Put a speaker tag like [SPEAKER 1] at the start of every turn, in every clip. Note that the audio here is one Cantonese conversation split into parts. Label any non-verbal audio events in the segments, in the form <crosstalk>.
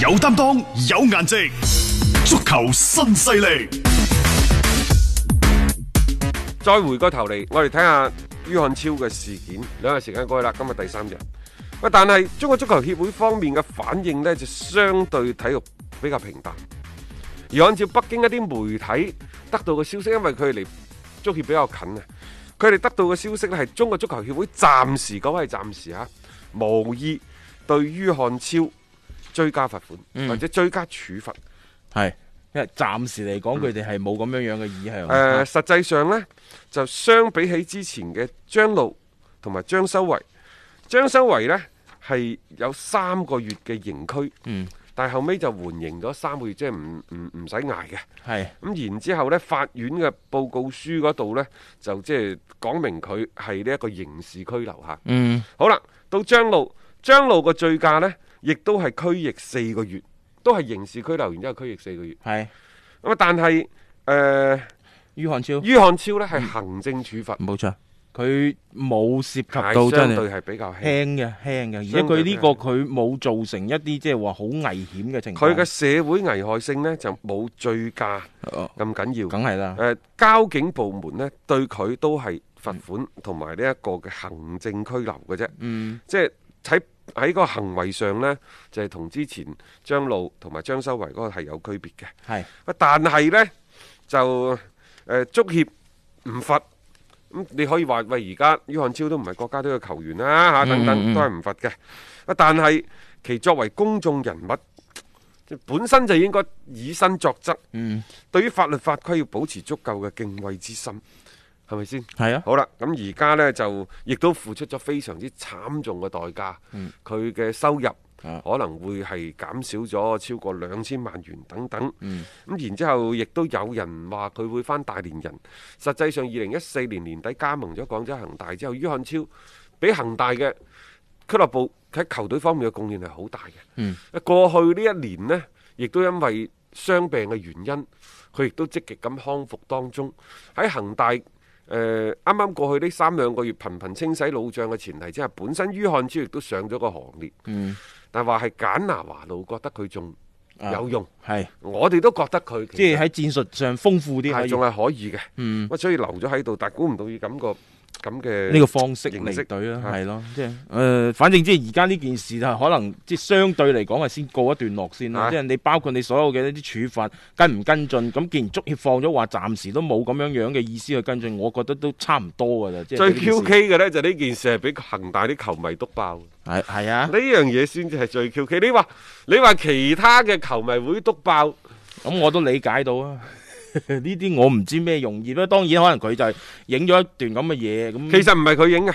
[SPEAKER 1] 有擔當，有顏值，足球新勢力。
[SPEAKER 2] 再回過頭嚟，我哋睇下于漢超嘅事件，兩日時間過去啦，今日第三日。喂，但係中國足球協會方面嘅反應呢，就相對體育比較平淡。而按照北京一啲媒體得到嘅消息，因為佢哋離足協比較近啊，佢哋得到嘅消息呢，係中國足球協會暫時講係暫時嚇，無意對于漢超追加罰款、或者追加處罰。
[SPEAKER 3] 係，因為暫時嚟講，佢哋係冇咁樣樣嘅意向。
[SPEAKER 2] 誒、實際呃上呢，就相比起之前嘅張路同埋張修維，張修維呢係有三個月嘅刑區，
[SPEAKER 3] 嗯，
[SPEAKER 2] 但係後尾就緩刑咗三個月，即係唔唔唔使捱嘅。
[SPEAKER 3] 係
[SPEAKER 2] 咁然之後呢，法院嘅報告書嗰度呢，就即係講明佢係呢一個刑事拘留嚇。
[SPEAKER 3] 嗯，
[SPEAKER 2] 好啦，到張路，張路個醉駕呢，亦都係拘役四個月，都係刑事拘留，然之後拘役四個月。
[SPEAKER 3] 係
[SPEAKER 2] 咁啊，但係誒。呃
[SPEAKER 3] 于漢超，
[SPEAKER 2] <laughs> 于漢超呢係行政處罰，
[SPEAKER 3] 冇錯，佢冇涉及
[SPEAKER 2] 係
[SPEAKER 3] 嗯到真
[SPEAKER 2] 相
[SPEAKER 3] 係
[SPEAKER 2] 對。係比較輕。
[SPEAKER 3] 輕嘅輕嘅，而且
[SPEAKER 2] 相對
[SPEAKER 3] 佢
[SPEAKER 2] 比
[SPEAKER 3] 呢
[SPEAKER 2] 較
[SPEAKER 3] 個佢冇造成一啲即係話好危險嘅情況。
[SPEAKER 2] 佢嘅社會危害性呢就冇醉駕
[SPEAKER 3] 哦
[SPEAKER 2] 咁緊要。
[SPEAKER 3] 梗係啦，
[SPEAKER 2] 誒，交警部門呢對佢都係罰款同埋呢一個嘅行政拘留嘅啫。
[SPEAKER 3] 嗯，
[SPEAKER 2] 即係喺喺個行為上呢，就係、同之前張路同埋張修維嗰個係有區別嘅。
[SPEAKER 3] 係
[SPEAKER 2] 啊但係呢，就誒、呃足協唔罰，咁你可以話喂而家于漢超都唔係國家隊嘅球員啦嚇，等等都係唔罰嘅。啊但係其作為公眾人物，即本身就應該以身作則，
[SPEAKER 3] 嗯
[SPEAKER 2] 對於法律法規要保持足夠嘅敬畏之心，係咪先？
[SPEAKER 3] 係啊，
[SPEAKER 2] 好啦，咁而家呢，就亦都付出咗非常之慘重嘅代價，佢嘅、收入
[SPEAKER 3] 嗯啊
[SPEAKER 2] 可能會係減少咗超過兩千萬元等等。咁、
[SPEAKER 3] 嗯
[SPEAKER 2] 然之後，亦都有人話佢會翻大連人。實際上，二零一四年年底加盟咗廣州恒大之後，于漢超俾恒大嘅俱樂部喺球隊方面嘅貢獻係好大嘅。
[SPEAKER 3] 嗯，
[SPEAKER 2] 過去呢一年呢，亦都因為傷病嘅原因，佢亦都積極咁康復當中。喺恒大誒啱啱過去呢三兩個月頻頻清洗老將嘅前提之下，本身于漢超亦都上咗個行列，
[SPEAKER 3] 嗯
[SPEAKER 2] 但話係簡拿華路覺得佢仲
[SPEAKER 3] 啊
[SPEAKER 2] 有用，
[SPEAKER 3] 係，
[SPEAKER 2] 我哋都覺得佢
[SPEAKER 3] 即係
[SPEAKER 2] 係
[SPEAKER 3] 喺戰術上豐富啲可
[SPEAKER 2] 係
[SPEAKER 3] 以
[SPEAKER 2] 仲係可以嘅。
[SPEAKER 3] 嗯
[SPEAKER 2] 乜所以留咗喺度，但估唔到以咁個咁嘅
[SPEAKER 3] 呢個方式
[SPEAKER 2] 形式
[SPEAKER 3] 嚟隊啦，
[SPEAKER 2] 啊
[SPEAKER 3] 係咯，即係誒，反正即係而家呢件事就係可能即係相對嚟講係先告一段落先啦。
[SPEAKER 2] 啊
[SPEAKER 3] 即係你包括你所有嘅一啲處罰跟唔跟進，咁既然足協放咗話暫時都冇咁樣樣嘅意思去跟進，我覺得都差唔多㗎啦。即係
[SPEAKER 2] 最
[SPEAKER 3] 呢件事
[SPEAKER 2] QK 嘅呢，就呢件事係俾恒大啲球迷篤爆，呢
[SPEAKER 3] 係係啊，
[SPEAKER 2] 樣嘢先至係最 QK。你話你話其他嘅球迷會篤爆，
[SPEAKER 3] 咁我都理解到啊。 <laughs> 呢啲我唔知咩用意啦。當然可能佢就係影咗一段咁嘅嘢咁。
[SPEAKER 2] 其實唔係佢影嘅，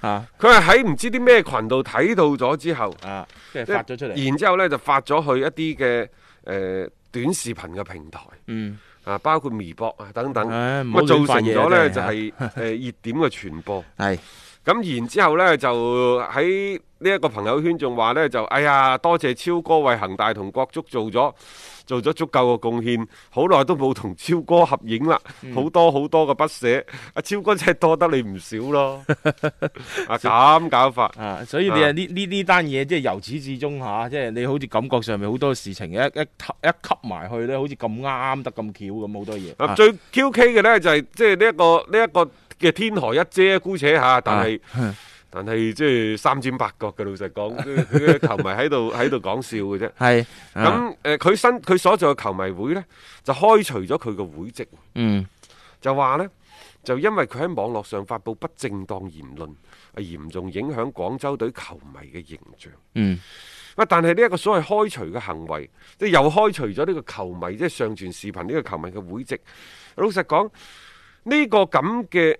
[SPEAKER 3] 啊
[SPEAKER 2] 佢係喺唔知啲咩群度睇到咗之後。
[SPEAKER 3] 啊，即係發咗出嚟。
[SPEAKER 2] 然之後呢，就發咗去一啲嘅誒短視頻嘅平台
[SPEAKER 3] 嗯，
[SPEAKER 2] 啊，包括微博啊等等，
[SPEAKER 3] 唉唔
[SPEAKER 2] 咁
[SPEAKER 3] 好
[SPEAKER 2] 啊造
[SPEAKER 3] 亂發
[SPEAKER 2] 成
[SPEAKER 3] 嘢
[SPEAKER 2] 咗呢，就
[SPEAKER 3] 真係
[SPEAKER 2] 係誒呃熱點嘅傳播。
[SPEAKER 3] 係
[SPEAKER 2] 咁然之後呢，就喺呢一個朋友圈仲話呢，就哎呀多謝超哥為恒大同國足做咗做咗足夠嘅貢獻，好耐都冇同超哥合影啦，好多好多嘅不捨。阿超哥真係多得你唔少咯，啊咁搞法。
[SPEAKER 3] 啊，所以你啊呢呢呢單嘢即係由始至終嚇，即係你好似感覺上面好多事情一一一吸埋去咧，好似咁啱得咁巧咁好多嘢。
[SPEAKER 2] 啊
[SPEAKER 3] 啊
[SPEAKER 2] 最 QK 嘅呢，就係即係呢一個呢一個嘅天河一姐姑且下，但係、但係即係三尖八角嘅，老實講，佢嘅球迷喺度喺度講笑嘅啫。
[SPEAKER 3] 係咁
[SPEAKER 2] 咁呃誒，佢、新佢所在嘅球迷會呢，就開除咗佢嘅會籍，
[SPEAKER 3] 嗯
[SPEAKER 2] 就話呢，就因為佢喺網絡上發布不正當言論，係嚴重影響廣州隊球迷嘅形象。
[SPEAKER 3] 嗯
[SPEAKER 2] 喂，但係呢一個所謂開除嘅行為，即係又開除咗呢個球迷，即係上傳視頻呢個球迷嘅會籍。老實講，呢、個咁嘅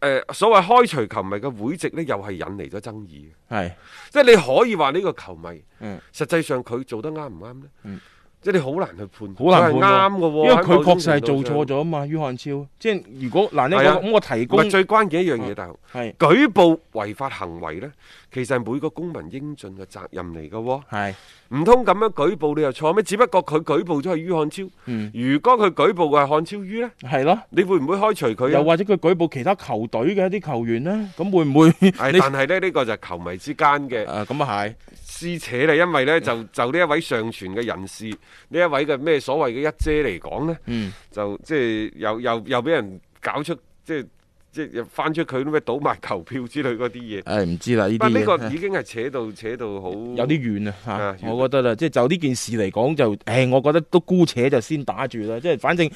[SPEAKER 2] 誒所謂開除球迷嘅會籍呢，又係引嚟咗爭議嘅。
[SPEAKER 3] 係
[SPEAKER 2] 即係你可以話呢個球迷，
[SPEAKER 3] 嗯
[SPEAKER 2] 實際上佢做得啱唔啱呢？即係你好難去判，
[SPEAKER 3] 好
[SPEAKER 2] 佢係
[SPEAKER 3] 難判喎
[SPEAKER 2] 啱嘅
[SPEAKER 3] 因
[SPEAKER 2] 喎，
[SPEAKER 3] 為
[SPEAKER 2] 喺
[SPEAKER 3] 佢
[SPEAKER 2] 某種
[SPEAKER 3] 確實
[SPEAKER 2] 程
[SPEAKER 3] 係做
[SPEAKER 2] 度上
[SPEAKER 3] 錯。咗啊嘛，于漢超。即係如果嗱，呢
[SPEAKER 2] 係啊
[SPEAKER 3] 個咁我提
[SPEAKER 2] 唔
[SPEAKER 3] 供
[SPEAKER 2] 係最關鍵一樣嘢，大雄
[SPEAKER 3] 係
[SPEAKER 2] 舉報違法行為呢，其實係每個公民應盡嘅責任嚟嘅喎。
[SPEAKER 3] 係
[SPEAKER 2] 唔通咁樣舉報你又錯咩？只不過佢舉報咗係于漢超，
[SPEAKER 3] 嗯
[SPEAKER 2] 如果佢舉報嘅係漢超於呢，
[SPEAKER 3] 係咯。
[SPEAKER 2] 你會唔會開除佢
[SPEAKER 3] 又
[SPEAKER 2] 啊？
[SPEAKER 3] 或者佢舉報其他球隊嘅一啲球員呢？咁會唔會？
[SPEAKER 2] 唉
[SPEAKER 3] 你
[SPEAKER 2] 但係呢，呢個就係球迷之間嘅
[SPEAKER 3] 啊咁啊係，
[SPEAKER 2] 撕扯啦，因為
[SPEAKER 3] 嗯
[SPEAKER 2] 呢，就就呢一位上傳嘅人士，呢一位嘅咩所謂嘅一姐嚟講呢，
[SPEAKER 3] 嗯
[SPEAKER 2] 就即係又又又俾人搞出即係即係翻出佢咩倒賣球票之類嗰啲嘢。
[SPEAKER 3] 誒唔知啦呢
[SPEAKER 2] 不過
[SPEAKER 3] 啲
[SPEAKER 2] 呢
[SPEAKER 3] 嘢
[SPEAKER 2] 個已經係扯到扯到好
[SPEAKER 3] 有啲遠啊
[SPEAKER 2] 啊
[SPEAKER 3] 嚇，
[SPEAKER 2] 遠啊
[SPEAKER 3] 我覺得啦，即係就呢件事嚟講就，誒我覺得都姑且就先打住啦，即係反正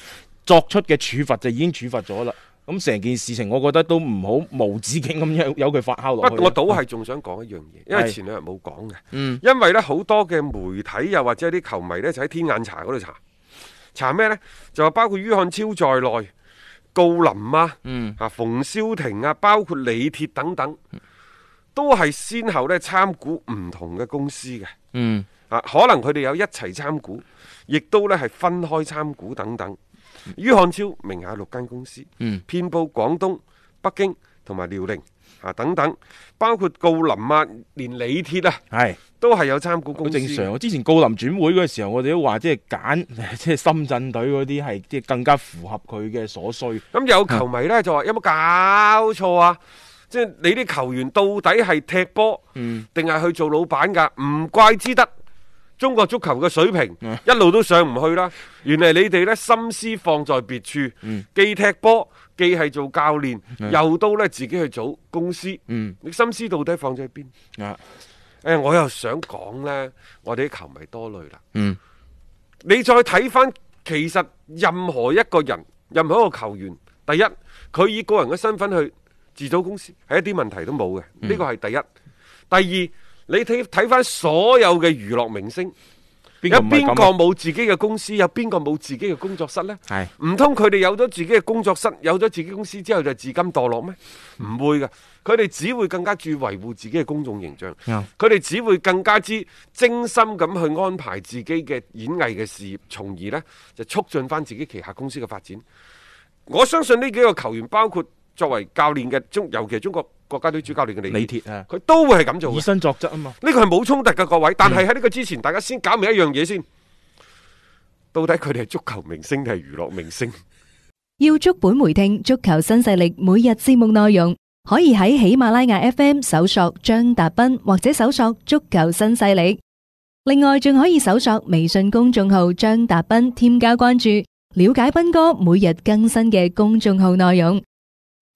[SPEAKER 3] 作出嘅處罰就已經處罰咗啦。咁成件事情，我覺得都唔好 <laughs> 無止境咁樣 <laughs> 由佢發酵落
[SPEAKER 2] 不
[SPEAKER 3] 去
[SPEAKER 2] 過
[SPEAKER 3] 啦。
[SPEAKER 2] 我啊倒係仲想講一樣嘢，因為
[SPEAKER 3] 係
[SPEAKER 2] 前兩日冇講嘅，
[SPEAKER 3] 嗯
[SPEAKER 2] 因為呢好多嘅媒體又或者啲球迷呢，就喺天眼查嗰度查，查咩呢？就話包括于漢超在內、郜林啊、
[SPEAKER 3] 嗯
[SPEAKER 2] 啊馮瀟霆啊，包括李鐵等等，都係先後呢參股唔同嘅公司嘅。
[SPEAKER 3] 嗯
[SPEAKER 2] 啊，可能佢哋有一齊參股，亦都呢係分開參股等等。于漢超名下六間公司，
[SPEAKER 3] 嗯
[SPEAKER 2] 遍佈廣東、北京同埋遼寧啊等等，包括郜林啊，連李鐵啊
[SPEAKER 3] 係
[SPEAKER 2] 都係有參股
[SPEAKER 3] 好
[SPEAKER 2] 公司
[SPEAKER 3] 正
[SPEAKER 2] 嘅。
[SPEAKER 3] 常。我啊之前郜林轉會嗰時候，我哋都話即係揀 <laughs> 即係深圳隊嗰啲係即係更加符合佢嘅所需。
[SPEAKER 2] 咁有球迷呢就話：有冇搞錯啊？即係你啲球員到底係踢波
[SPEAKER 3] 嗯
[SPEAKER 2] 定係去做老闆㗎？唔怪之得。中國足球嘅水平
[SPEAKER 3] 嗯
[SPEAKER 2] 一路都上唔去啦，原嚟你哋呢心思放在別處，
[SPEAKER 3] 嗯
[SPEAKER 2] 既踢波，既係做教練，
[SPEAKER 3] 嗯
[SPEAKER 2] 又到呢自己去組公司，
[SPEAKER 3] 嗯
[SPEAKER 2] 你心思到底放咗喺邊？
[SPEAKER 3] 啊
[SPEAKER 2] 誒、我又想講呢，我哋啲球迷多慮啦。
[SPEAKER 3] 嗯
[SPEAKER 2] 你再睇翻，其實任何一個人、任何一個球員，第一，佢以個人嘅身份去自組公司，係一啲問題都冇嘅。
[SPEAKER 3] 嗯
[SPEAKER 2] 呢個係第一。第二，你睇睇翻所有嘅娛樂明星，
[SPEAKER 3] 邊
[SPEAKER 2] 有
[SPEAKER 3] 個唔係
[SPEAKER 2] 邊個
[SPEAKER 3] 咁啊？
[SPEAKER 2] 冇自己嘅公司，有邊個冇自己嘅工作室呢？
[SPEAKER 3] 係
[SPEAKER 2] 唔通佢哋有咗自己嘅工作室，有咗自己公司之後就自甘墮落咩？唔會噶，佢哋只會更加注意維護自己嘅公眾形象
[SPEAKER 3] 啱，
[SPEAKER 2] 佢哋只會更加之精心咁去安排自己嘅演藝嘅事業，從而呢就促進翻自己旗下公司嘅發展。我相信呢幾個球員，包括作為教練嘅中，尤其係中國國家隊主教練嘅
[SPEAKER 3] 李
[SPEAKER 2] 李鐵，
[SPEAKER 3] 鐵啊，
[SPEAKER 2] 佢都會係咁做嘅
[SPEAKER 3] 以。嗯身作則啊嘛。
[SPEAKER 2] 呢個係冇衝突嘅各位，但係喺呢個之前，大家先搞明一樣嘢先，到底佢哋係足球明星定係娛樂明星？
[SPEAKER 4] 要足本回聽足球新勢力每日節目內容，可以喺喜馬拉雅 FM 搜索張達斌或者搜索足球新勢力。另外，仲可以搜索微信公眾號張達斌，添加關注，了解斌哥每日更新嘅公眾號內容。